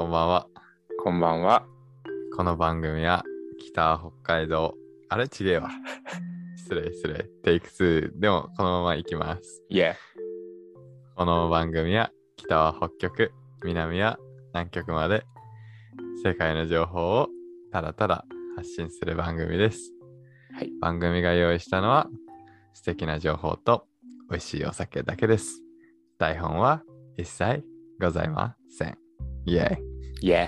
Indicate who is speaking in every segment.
Speaker 1: ばんは。
Speaker 2: こんばんは。
Speaker 1: この番組は北北海道、あれちげえ わ。失礼失礼。テイク2でもこのまま行きます。
Speaker 2: イェ
Speaker 1: この番組は北は北極、南は南極まで世界の情報をただただ発信する番組です。
Speaker 2: はい
Speaker 1: 番組が用意したのは素敵な情報と美味しいお酒だけです。台本は一切ございません。イェイ。
Speaker 2: イェ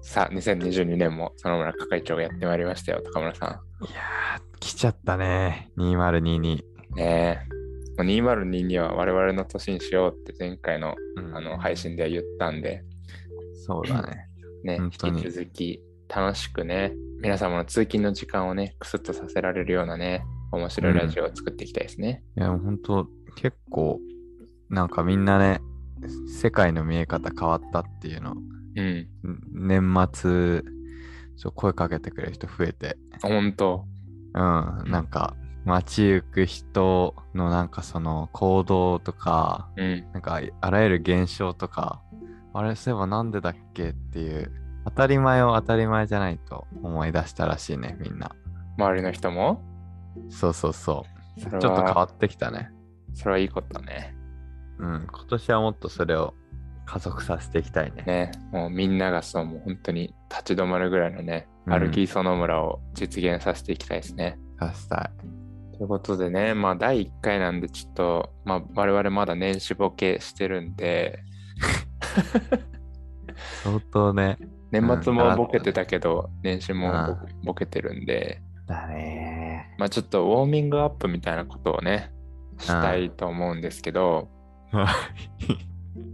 Speaker 2: さあ、2022年も園村係長がやってまいりましたよ、高村さ
Speaker 1: いやー、来ちゃったね。2022。
Speaker 2: ん。ねえ。もう2022は我々の年にしようって前回の
Speaker 1: うん
Speaker 2: あの配信では言ったんで、
Speaker 1: そうだね。
Speaker 2: ね、
Speaker 1: 本
Speaker 2: 引
Speaker 1: 当に
Speaker 2: き続き楽しくね、皆様の通勤の時間をね、くすっとさせられるようなね、面白いラジオを作っていきたいですね。
Speaker 1: いや、ほんと、結構、なんかみんなね、世界の見え方変わったっていうの、ん
Speaker 2: うん。
Speaker 1: 年末、そう声かけてくれる人増えて、
Speaker 2: 本当
Speaker 1: うん、なんか、街行く人のなんかその行動とか、
Speaker 2: うん。
Speaker 1: なんかあらゆる現象とか、あれそういえばなんでだっけっていう、当たり前を当たり前じゃないと思い出したらしいね、みんな。
Speaker 2: 周りの人も
Speaker 1: そうそうそ
Speaker 2: ちょ
Speaker 1: う。ちょっと変わってきたね。
Speaker 2: それはいいことね。
Speaker 1: うん、今年はもっとそれを加速させていきたいね。
Speaker 2: ね、もうみんながそう、もう本当に立ち止まるぐらいのね、
Speaker 1: うん
Speaker 2: 歩きその村を実現させていきたいですね。
Speaker 1: させた
Speaker 2: ということでね、まあ第1回なんでちょっと、まあ我々まだ年始ボケしてるんで、
Speaker 1: い。相当ね。
Speaker 2: 年末
Speaker 1: うん
Speaker 2: もボケてたけど、年始もボケボケてるんで、
Speaker 1: だね
Speaker 2: まあちょっとウォーミングアップみたいなことをね、したいと思うんですけど、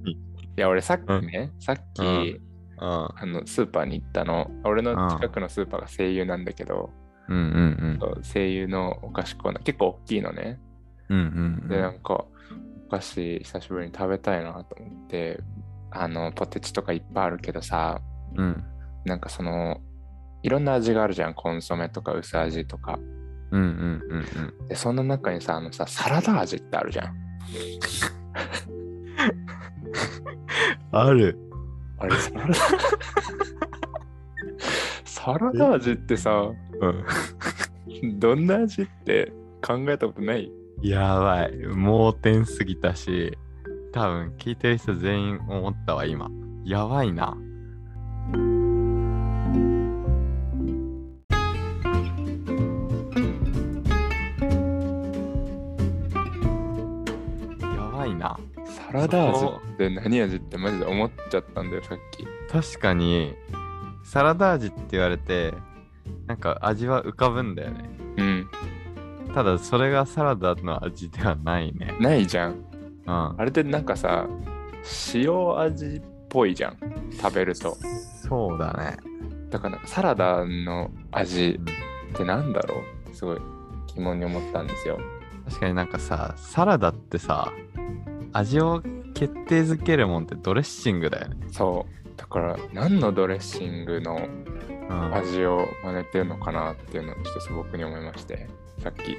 Speaker 2: いや俺さっきね、さっき、
Speaker 1: うんー。
Speaker 2: あのスーパーに行ったの、俺の近くのスーパーが声優なんだけど、
Speaker 1: うん。うんうん
Speaker 2: 声優のお菓子コーナー、結構大きいのね。
Speaker 1: うん。うんうん
Speaker 2: で、なんか、お菓子久しぶりに食べたいなと思って、あの、ポテチとかいっぱいあるけどさ、
Speaker 1: うん。うん
Speaker 2: なんかその、いろんな味があるじゃん、コンソメとか薄味とか。
Speaker 1: うんうんうんうん。
Speaker 2: で、そんな中にさ、あのさ、サラダ味ってあるじゃん。
Speaker 1: ある。
Speaker 2: あれ、サラダ サラダ味ってさ、
Speaker 1: うん。
Speaker 2: どんな味って考えたことない
Speaker 1: やばい。盲点すぎたし、多分聞いてる人全員思ったわ、今。やばいな。やばいな。
Speaker 2: サラダ味って何味ってマジで思っちゃったんだよ、さっき。
Speaker 1: 確かに、サラダ味って言われて、なんか味は浮かぶんだよね。
Speaker 2: うん。
Speaker 1: ただ、それがサラダの味ではないね。
Speaker 2: ないじゃん。
Speaker 1: うん
Speaker 2: あ。れってなんかさ、塩味っぽいじゃん。食べると。
Speaker 1: そうだね。
Speaker 2: だからなんかサラダの味ってなんだろうすごい疑問に思ったんですよ。
Speaker 1: 確かになんかさサラダってさ味を決定づけるもんってドレッシングだよね、
Speaker 2: そう。だから何のドレッシングの
Speaker 1: うん
Speaker 2: 味を真似てるのかなっていうのをちょっと素朴に思いまして、さっき。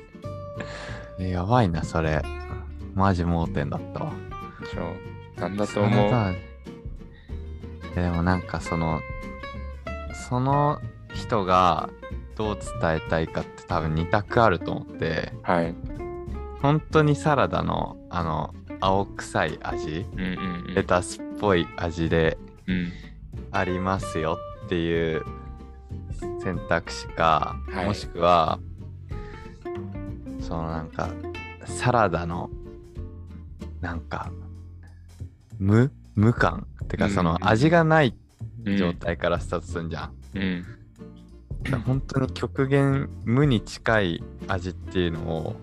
Speaker 1: えやばいなそれマジ盲点だったわ
Speaker 2: そう。なんだと
Speaker 1: サ
Speaker 2: 思
Speaker 1: ラダ
Speaker 2: う
Speaker 1: 味えでもなんかそのその人がどう伝えたいかって多分2択あると思って
Speaker 2: はい。
Speaker 1: 本当にサラダのあの青臭い味
Speaker 2: うんうんうん。
Speaker 1: レタスっぽい味で
Speaker 2: うん。
Speaker 1: ありますよっていう選択肢か、
Speaker 2: はい
Speaker 1: もしくはそのなんかサラダのなんか無無感ってか
Speaker 2: うん
Speaker 1: その味がない
Speaker 2: うん
Speaker 1: 状態からスタートするんじゃん、
Speaker 2: うん。
Speaker 1: だから本当に極限無に近い味っていうのを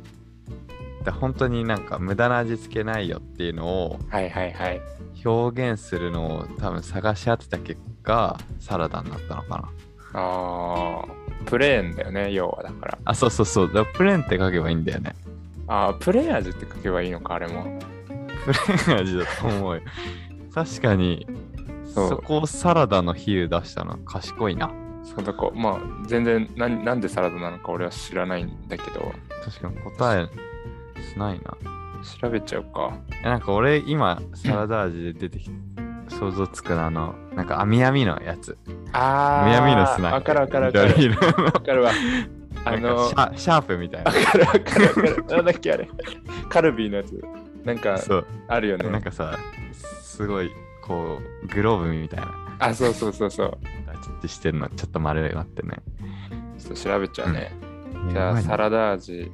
Speaker 1: だから本当になんか無駄な味付けないよっていうのを
Speaker 2: はいはいはい。
Speaker 1: 表現するのを多分探し当てた結果サラダになったのかな
Speaker 2: あー、プレーンだよね、要はだから。
Speaker 1: あ、そうそうそう。だからプレーンって書けばいいんだよ ね。
Speaker 2: あー、プレーン味って書けばいいのか、あれも。
Speaker 1: プレーン味だと思うよ。確かに、
Speaker 2: そう
Speaker 1: そこをサラダの比喩出したの賢いな。
Speaker 2: そうだからまあ全然ななんでサラダなのか俺は知らないんだけど
Speaker 1: 確かに答えしないな。
Speaker 2: 調べちゃうか
Speaker 1: えなんか俺今サラダ味で出てき想像つくのあの、なんか網網のやつ。
Speaker 2: あ
Speaker 1: 網網のスナック。
Speaker 2: わかるわかるわかる。
Speaker 1: 緑色の
Speaker 2: わかるわ。あ
Speaker 1: あ
Speaker 2: の
Speaker 1: のシャ、シャープみたいな。
Speaker 2: わかるわかるわかる。なんだっけあれ。カルビーのやつ。なんか
Speaker 1: そう。
Speaker 2: あるよ
Speaker 1: なん
Speaker 2: ね。
Speaker 1: かさ、すごい、こう、グローブみたいな。
Speaker 2: あ、そうそうそうそう。
Speaker 1: ちょっとしてるの、ちょっと丸くなってね。
Speaker 2: ちょっと調べちゃうね。じ
Speaker 1: や
Speaker 2: ゃ
Speaker 1: ば
Speaker 2: あ、
Speaker 1: いね
Speaker 2: サラダ味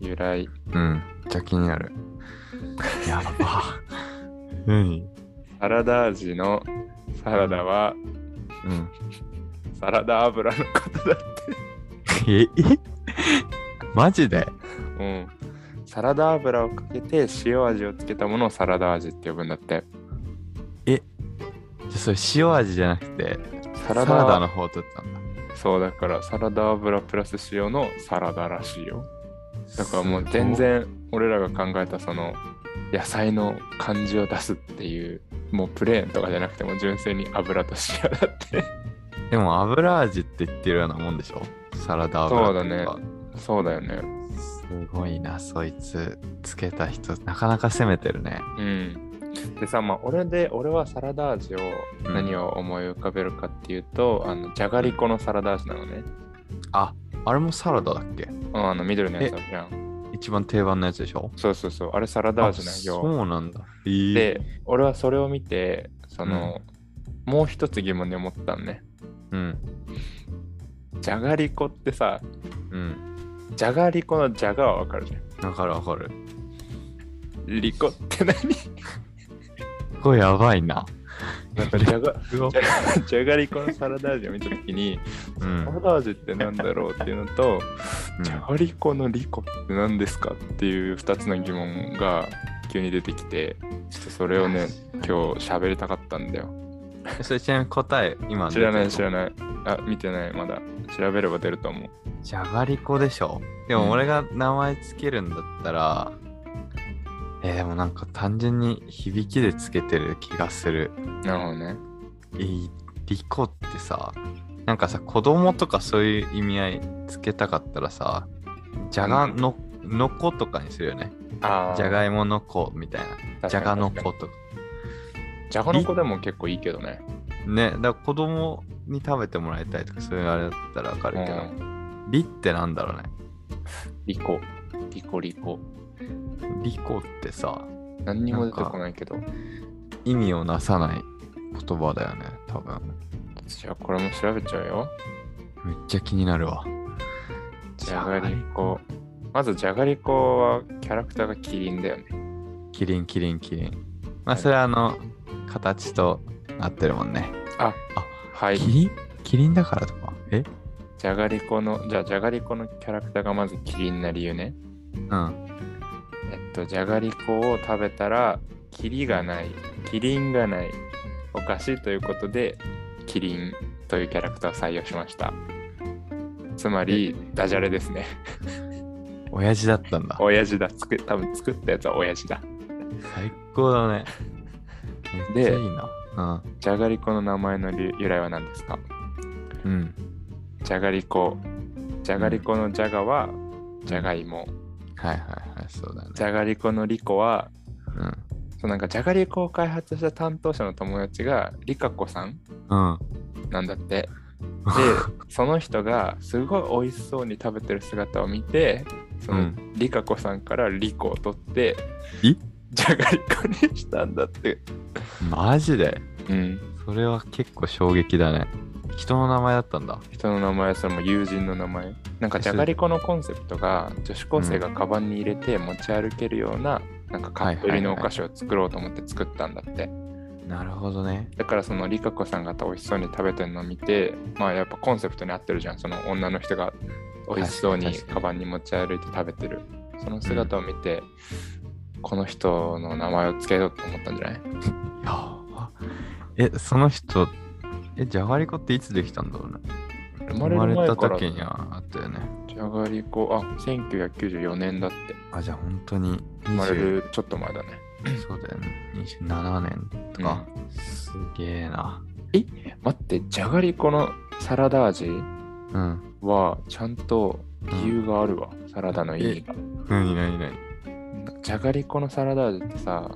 Speaker 2: 由来。
Speaker 1: うん。じゃ気になる。やば。 何
Speaker 2: サラダ味のサラダは
Speaker 1: うん。
Speaker 2: サラダ油のことだ。
Speaker 1: え、 えマジで
Speaker 2: うん。サラダ油をかけて塩味をつけたものをサラダ味って呼ぶんだって。
Speaker 1: じゃそれ塩味じゃなくて、
Speaker 2: サ
Speaker 1: サ
Speaker 2: ラ
Speaker 1: ラ
Speaker 2: ダ
Speaker 1: ダの方取ったんだ。
Speaker 2: そうだからサラダ油プラス塩のサラダらしいよだからもう全然俺らが考えたその野菜の感じを出すっていうもうプレーンとかじゃなくても純粋に油と塩だって
Speaker 1: でも油味って言ってるようなもんでしょサラダ油っていか
Speaker 2: そうそうだよね
Speaker 1: すごいな、そいつ。つけた人、なかなか攻めてるね。
Speaker 2: うんでさまあ俺で俺はサラダ味を
Speaker 1: うん
Speaker 2: 何を思い浮かべるかっていうと、あのじゃがりこのサラダ味なのね、
Speaker 1: あ、あれもサラダだっけ
Speaker 2: うん、あの緑のやつあるじゃん
Speaker 1: 一番定番のやつでしょ
Speaker 2: そうそうそうあれサラダ味なんよ
Speaker 1: そうなんだ。えー、
Speaker 2: で、俺はそれを見て、その、もう一つ疑問に思ったんね。
Speaker 1: うん。
Speaker 2: じゃがりこってさ、
Speaker 1: うん。
Speaker 2: じゃがりこのじゃがはわかるじゃ
Speaker 1: だからわかる。
Speaker 2: ん。りこって何
Speaker 1: これやばいな。
Speaker 2: なんかじゃが、
Speaker 1: すごい
Speaker 2: じゃが じゃがりこのサラダ味を見たときに、
Speaker 1: うん
Speaker 2: サラダ味ってなんだろうっていうのと、
Speaker 1: うん
Speaker 2: じゃがりこのりこって何ですかっていう二つの疑問が急に出てきて、ちょっとそれをね、今日喋りたかったんだよ。
Speaker 1: それちなみに答え、今
Speaker 2: 知らない知ら
Speaker 1: い。
Speaker 2: ない。あ、見てない、まだ。調べれば出ると思う。
Speaker 1: じゃがりこでしょで
Speaker 2: うん
Speaker 1: も俺が名前つけるんだったら、えー、でもなんか単純に響きでつけてる気がする。
Speaker 2: なるほどね。
Speaker 1: えーリコってさ、なんかさ、子供とかそういう意味合いつけたかったらさ、じゃがの、のことかにするよね。
Speaker 2: あ
Speaker 1: じゃがいものこみたいな。じゃがの
Speaker 2: 子
Speaker 1: ことか。
Speaker 2: じゃがの子でも結構いいけどね。
Speaker 1: ね、だから子供に食べてもらいたいとかそういうあれだったらわか
Speaker 2: う
Speaker 1: るけど、
Speaker 2: ん
Speaker 1: リってなんだろうね。
Speaker 2: リコ。リコリコ。
Speaker 1: リコってさ、
Speaker 2: 何にも出てこないけど。
Speaker 1: 意味をなさない言葉だよね、多分。
Speaker 2: じゃあこれも調べちゃうよ。
Speaker 1: めっちゃ気になるわ。
Speaker 2: じゃがりこ。まずじゃがりこはキャラクターがキリンだよね。
Speaker 1: キリン、キリン、キリン。まあ、それはあの、形と合ってるもんね。
Speaker 2: はい
Speaker 1: キ。リンキリンだからとか。え
Speaker 2: じゃがりこの、じゃあじゃがりこのキャラクターがまずキリンな理由ね。
Speaker 1: うん。
Speaker 2: えっと、じゃがりこを食べたら、キリがない、キリンがない、おかしいということで、キリンというキャラクターを採用しました。つまり、ダジャレですね。
Speaker 1: 親父だったんだ。
Speaker 2: 親父だ作多分作ったやつは親父だ
Speaker 1: 最高だね。めっちゃいいな。
Speaker 2: じゃがりこの名前の理由由来は何ですか
Speaker 1: うん。うん。
Speaker 2: じゃがりこじゃがりこのじゃがはじゃがいも
Speaker 1: はいはいはい、そうだね。
Speaker 2: じゃがりこのりこは
Speaker 1: うん。
Speaker 2: そうなんかじゃがりこを開発した担当者の友達がりかこさん
Speaker 1: うん。
Speaker 2: なんだ ってでその人がすごい美味しそうに食べてる姿を見てそうの
Speaker 1: ん
Speaker 2: りかこさんからりこを取って
Speaker 1: え
Speaker 2: じゃがりこにしたんだって
Speaker 1: マジで
Speaker 2: うん
Speaker 1: それは結構衝撃だね。人の名前だったんだ。
Speaker 2: 人の名前それも友人の名前なんかじゃがりこのコンセプトが女子高生がカバンに入れて持ち歩けるようななんかカップ入りのお菓子を作ろうと思って作ったんだって
Speaker 1: なるほどね。
Speaker 2: だからそのりかこさんが美味しそうに食べてるのを見てまあやっぱコンセプトに合ってるじゃんその女の人が美味しそうに
Speaker 1: 確かに確かに
Speaker 2: カバンに持ち歩いて食べてるその姿を見て、この人の名前を付けようと思ったんじゃない
Speaker 1: やばえ、その人、え、じゃがりこっていつできたんだろうね。
Speaker 2: 生まれる前
Speaker 1: 生ま
Speaker 2: から
Speaker 1: た時にはあったよね。
Speaker 2: じゃがりこあ1994年だって
Speaker 1: あ、じゃあ本当に
Speaker 2: 生まれ
Speaker 1: 20、
Speaker 2: るちょっと前だね
Speaker 1: そうだよね。27年とか。すげえな。
Speaker 2: 待ってじゃがりこのサラダ味
Speaker 1: うん。
Speaker 2: はちゃんと理由があるわ、サラダの意味が
Speaker 1: なになになに
Speaker 2: じゃがりこのサラダ味ってさ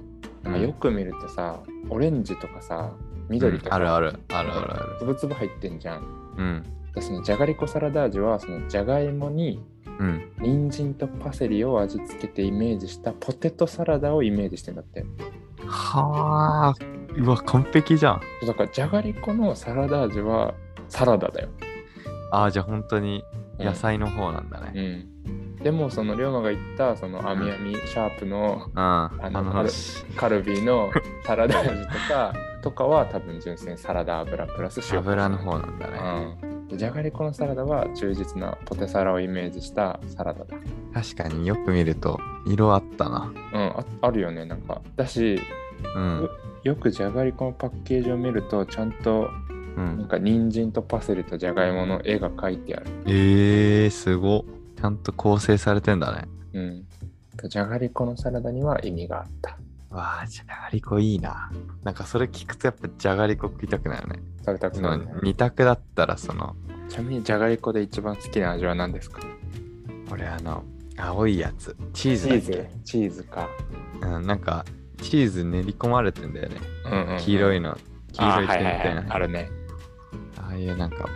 Speaker 2: なんかよく見るとさ、オレンジとかさ緑とか、
Speaker 1: あるあるあるあるある
Speaker 2: つぶつぶ入ってんじゃん。
Speaker 1: うん
Speaker 2: でそのじゃがりこサラダ味はそのじゃがいもに
Speaker 1: うん
Speaker 2: 人参とパセリを味付けてイメージしたポテトサラダをイメージしてんだって。
Speaker 1: はあうわ完璧じゃん
Speaker 2: そうだからじゃがりこのサラダ味はサラダだよ。
Speaker 1: ああじゃあ本当に
Speaker 2: うん
Speaker 1: 野菜の方なんだ
Speaker 2: う
Speaker 1: ね
Speaker 2: ん。でもその龍馬が言ったそのあみあみシャープの
Speaker 1: うんあ
Speaker 2: の
Speaker 1: の話
Speaker 2: カルビーのサラダ味とかとかは多分純粋にサラダ油プラス塩。
Speaker 1: 油の方なんだね
Speaker 2: うん。でじゃがりこのサラダは忠実なポテサラをイメージしたサラダだ。
Speaker 1: 確かによく見ると色あったな
Speaker 2: うん、ああるよね、なんか。だし、
Speaker 1: うん
Speaker 2: よくじゃがりこのパッケージを見ると、ちゃんと
Speaker 1: う
Speaker 2: なん
Speaker 1: ん
Speaker 2: か人参とパセリとじゃがいもの絵が描いてある。
Speaker 1: えー、すごっちゃんと構成されてんだね
Speaker 2: うん。じゃがりこのサラダには意味があった。
Speaker 1: わあじゃがりこいいななんかそれ聞くとやっぱじゃがりこ食いたくなるね
Speaker 2: 食べたく
Speaker 1: そ
Speaker 2: な
Speaker 1: の
Speaker 2: るね、
Speaker 1: 二択だったらその
Speaker 2: ちなみにじゃがりこで一番好きな味は何ですか
Speaker 1: 俺あの青いやつチーズ
Speaker 2: チ
Speaker 1: だっけ
Speaker 2: ーズ。チーズか。
Speaker 1: うん、なんかチーズ練り込まれてんだよね、
Speaker 2: うん、うん。
Speaker 1: 黄色
Speaker 2: い。
Speaker 1: いの黄
Speaker 2: 黄
Speaker 1: 色い
Speaker 2: 色い
Speaker 1: 点
Speaker 2: はい
Speaker 1: み
Speaker 2: はい
Speaker 1: たい
Speaker 2: は、
Speaker 1: ない
Speaker 2: あるね。
Speaker 1: ああいうなんか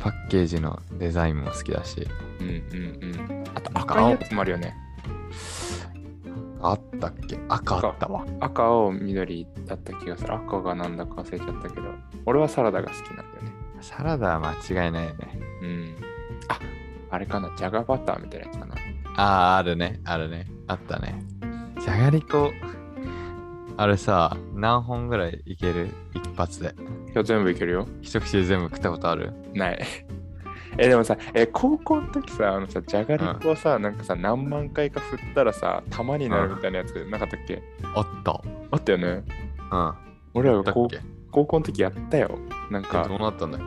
Speaker 1: パッケージのデザインも好きだし
Speaker 2: うんうんうん。あと
Speaker 1: なんか
Speaker 2: 赤いやつもあるよね。
Speaker 1: あったっけ赤あったわ
Speaker 2: 赤、青、緑だった気がする。赤がなんだか忘れちゃったけど。俺はサラダが好きなんだよね。
Speaker 1: サラダは間違いないよね
Speaker 2: うん。ああれかな、じゃがバターみたいなやつかな。
Speaker 1: あああるねあるねあったねじゃがりこあれさ何本ぐらいいける一発で
Speaker 2: 今日全部いけるよ。
Speaker 1: 一口で全部食ったことある
Speaker 2: ない。 え、でもさ、え、高校の時さ、あのさ、じゃがりこをさ、なんかさ、何万回か振ったらさ、玉になるみたいなやつなかったっけ、
Speaker 1: あった
Speaker 2: あったよね。
Speaker 1: うん
Speaker 2: 俺
Speaker 1: だ
Speaker 2: らが
Speaker 1: っ
Speaker 2: 高
Speaker 1: け
Speaker 2: 高校の時やったよ。なん
Speaker 1: どう
Speaker 2: か、
Speaker 1: なったんだっ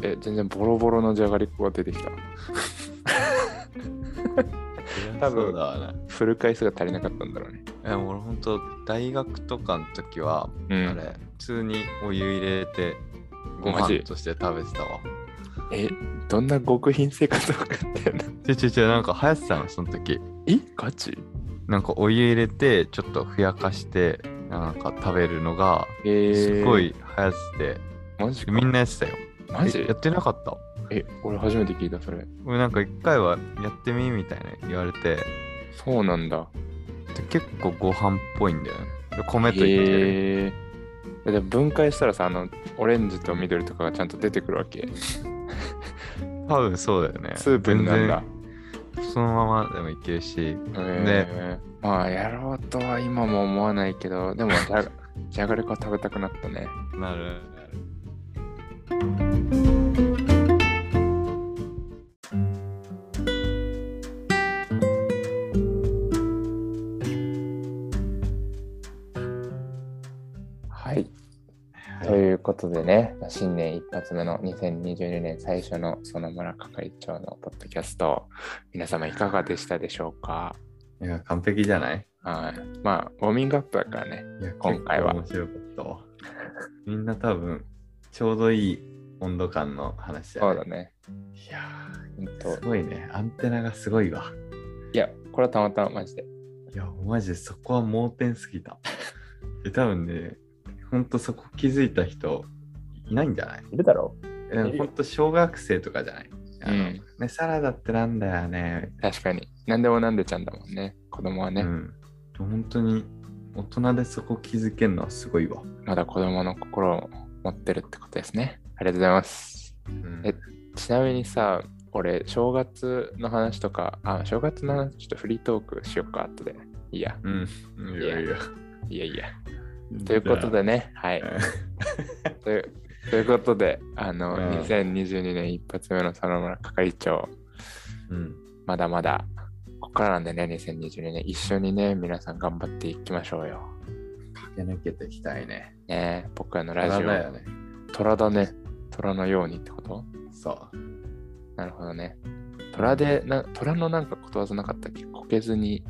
Speaker 1: け
Speaker 2: え、全然ボロボロのじゃがりこが出てきた。多分
Speaker 1: そうだわね
Speaker 2: 振る回数が足りなかったんだろうね。
Speaker 1: え俺ほんと大学とかの時は
Speaker 2: うん。
Speaker 1: あれ、普通にお湯入れて、ご
Speaker 2: マジ
Speaker 1: 飯として食べてたわ。
Speaker 2: え、どんな極貧生活を送ってんの
Speaker 1: ちょちょちょ、なんか流行ってたの、その時。
Speaker 2: え、ガチ
Speaker 1: なんかお湯入れて、ちょっとふやかして、なんか食べるのが、
Speaker 2: えー、
Speaker 1: すごい。流行って
Speaker 2: マジ
Speaker 1: て、
Speaker 2: か。
Speaker 1: みんなやってたよ。
Speaker 2: マジ
Speaker 1: えやってなかった
Speaker 2: え、俺初めて聞いた、それ。
Speaker 1: 俺なんか一回はやってみみたいな言われて、
Speaker 2: そうなんだ。
Speaker 1: で結構ご飯っぽいんだよね。で米といってる。
Speaker 2: へえー。で分解したらさあのオレンジと緑とかがちゃんと出てくるわけ
Speaker 1: 多分そうだよね。
Speaker 2: スープになるんだ
Speaker 1: 全然そのままでもいけるし、
Speaker 2: へーまあやろうとは今も思わないけどでもじゃじゃがり こは食べたくなったね
Speaker 1: なる。
Speaker 2: はいということでね新年一発目の2022年最初のその村係長のポッドキャスト皆様いかがでしたでしょうか
Speaker 1: いや、完璧じゃない
Speaker 2: はいまあウォーミングアップだからね
Speaker 1: いや、
Speaker 2: 今回は
Speaker 1: 結構面白かったわ。 みんな多分、ちょうどいい温度感の話だ
Speaker 2: そうだ。ね
Speaker 1: いや
Speaker 2: ほん
Speaker 1: ー、
Speaker 2: と
Speaker 1: すごいね。アンテナがすごいわ。
Speaker 2: いやこれはたまたまマジで
Speaker 1: いや、マジでそこは盲点すぎた。 で多分ね、ほんとそこ気づいた人いないんじゃない
Speaker 2: いるだろ
Speaker 1: えなんかほんと小学生とかじゃないあの、
Speaker 2: うん
Speaker 1: ね、サラダってなんだよね。
Speaker 2: 確かに何でもなんでちゃんだもんね子供はね、
Speaker 1: うん。本当に大人でそこ気づけるのはすごいわ。
Speaker 2: まだ子供の心を持ってるってことですね。ありがとうございます。
Speaker 1: うん
Speaker 2: えちなみにさ、俺、正月の話とか、あ、正月の話、ちょっとフリートークしようか、後で。いや、
Speaker 1: うん。いやいや。
Speaker 2: いやいや。ということでね、はい。というということで、あの、
Speaker 1: うん
Speaker 2: 2022年一発目の佐野村係長、
Speaker 1: うん。
Speaker 2: まだまだ、ここからなんでね、2022年、一緒にね、皆さん頑張っていきましょうよ。
Speaker 1: 駆け抜けていきたいね。
Speaker 2: ね僕らのラ
Speaker 1: 体
Speaker 2: ジ
Speaker 1: だよ
Speaker 2: オ、
Speaker 1: ね。
Speaker 2: 虎だね。虎のようにってこと
Speaker 1: そう。
Speaker 2: なるほどね。虎で、な虎のなんかことわざなかったっけこけずに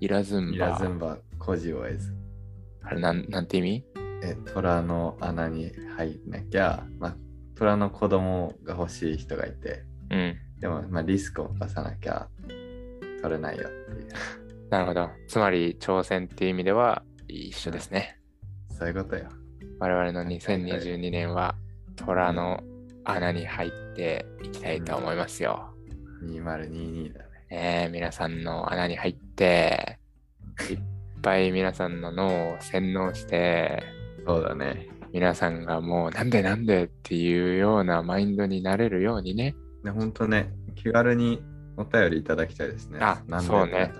Speaker 2: いらずんば。
Speaker 1: イラズンバ、孤児を得ず。
Speaker 2: あれなん、なんて意味
Speaker 1: え、虎の穴に入んなきゃ、まあ、虎の子供が欲しい人がいて、
Speaker 2: うん。
Speaker 1: でも、まあ、リスクを犯さなきゃ取れないよっていう。
Speaker 2: なるほど。つまり、挑戦っていう意味では一緒ですね。
Speaker 1: そういうことよ。
Speaker 2: 我々の2022年は虎の穴に入っていきたいと思いますよ。
Speaker 1: 2022だね。
Speaker 2: ねえ皆さんの穴に入って、いっぱい皆さんの脳を洗脳して、
Speaker 1: そうだね。
Speaker 2: 皆さんがもうなんでなんでっていうようなマインドになれるようにね。
Speaker 1: で、ほんとね、気軽にお便りいただきたいですね。
Speaker 2: あ
Speaker 1: なんで
Speaker 2: そうね。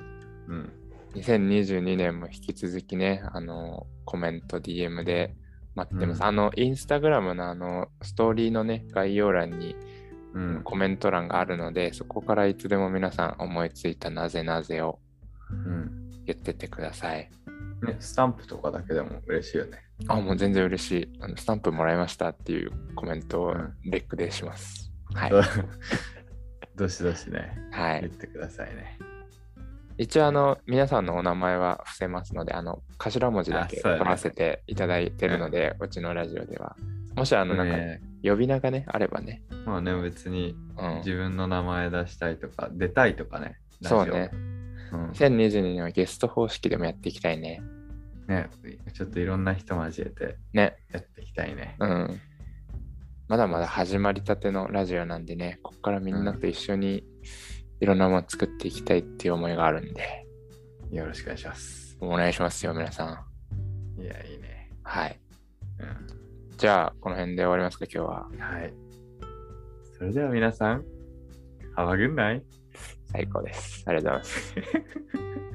Speaker 1: うん。
Speaker 2: 2022年も引き続きね、あの、コメント、DM で待ってます。
Speaker 1: うん
Speaker 2: あの、インスタグラムのあの、ストーリーのね、概要欄に
Speaker 1: うん。
Speaker 2: コメント欄があるので、そこからいつでも皆さん思いついたなぜなぜを
Speaker 1: うん
Speaker 2: 言ってってください。
Speaker 1: ね、スタンプとかだけでも嬉しいよね。
Speaker 2: あ、もう全然嬉しい。あのスタンプもらいましたっていうコメントを
Speaker 1: うん
Speaker 2: レックでします。 はい。
Speaker 1: どしどしね、
Speaker 2: は
Speaker 1: 言
Speaker 2: い
Speaker 1: っ。てくださいね。
Speaker 2: 一応、あの、皆さんのお名前は伏せますので、あの、頭文字だけ
Speaker 1: あそうだ
Speaker 2: 取
Speaker 1: ね
Speaker 2: らせていただいてるので、うちのラジオでは。もし、あの、なんか、
Speaker 1: ね、
Speaker 2: 呼び名がね、あればね。
Speaker 1: まあね、別に
Speaker 2: うん
Speaker 1: 自。分の名前出したいとか、出たいとかね。ラジオ
Speaker 2: そうね。
Speaker 1: うん、
Speaker 2: 2022年はゲスト方式でもやっていきたいね。
Speaker 1: ね、ちょっといろんな人交えて
Speaker 2: ね。
Speaker 1: やっていきたいね。
Speaker 2: うん。まだまだ始まりたてのラジオなんでね、こっからみんなと一緒にいろんなもの作っていきたいっていう思いがあるんで、
Speaker 1: よろしくお願いします。
Speaker 2: お願いしますよ、皆さん。
Speaker 1: いや、いいね。
Speaker 2: はい。
Speaker 1: う
Speaker 2: じゃあ、この辺で終わりますか、今日は。
Speaker 1: ん、はい。それでは皆さん、ハワグンナイ
Speaker 2: 最高です。ありがとうございます。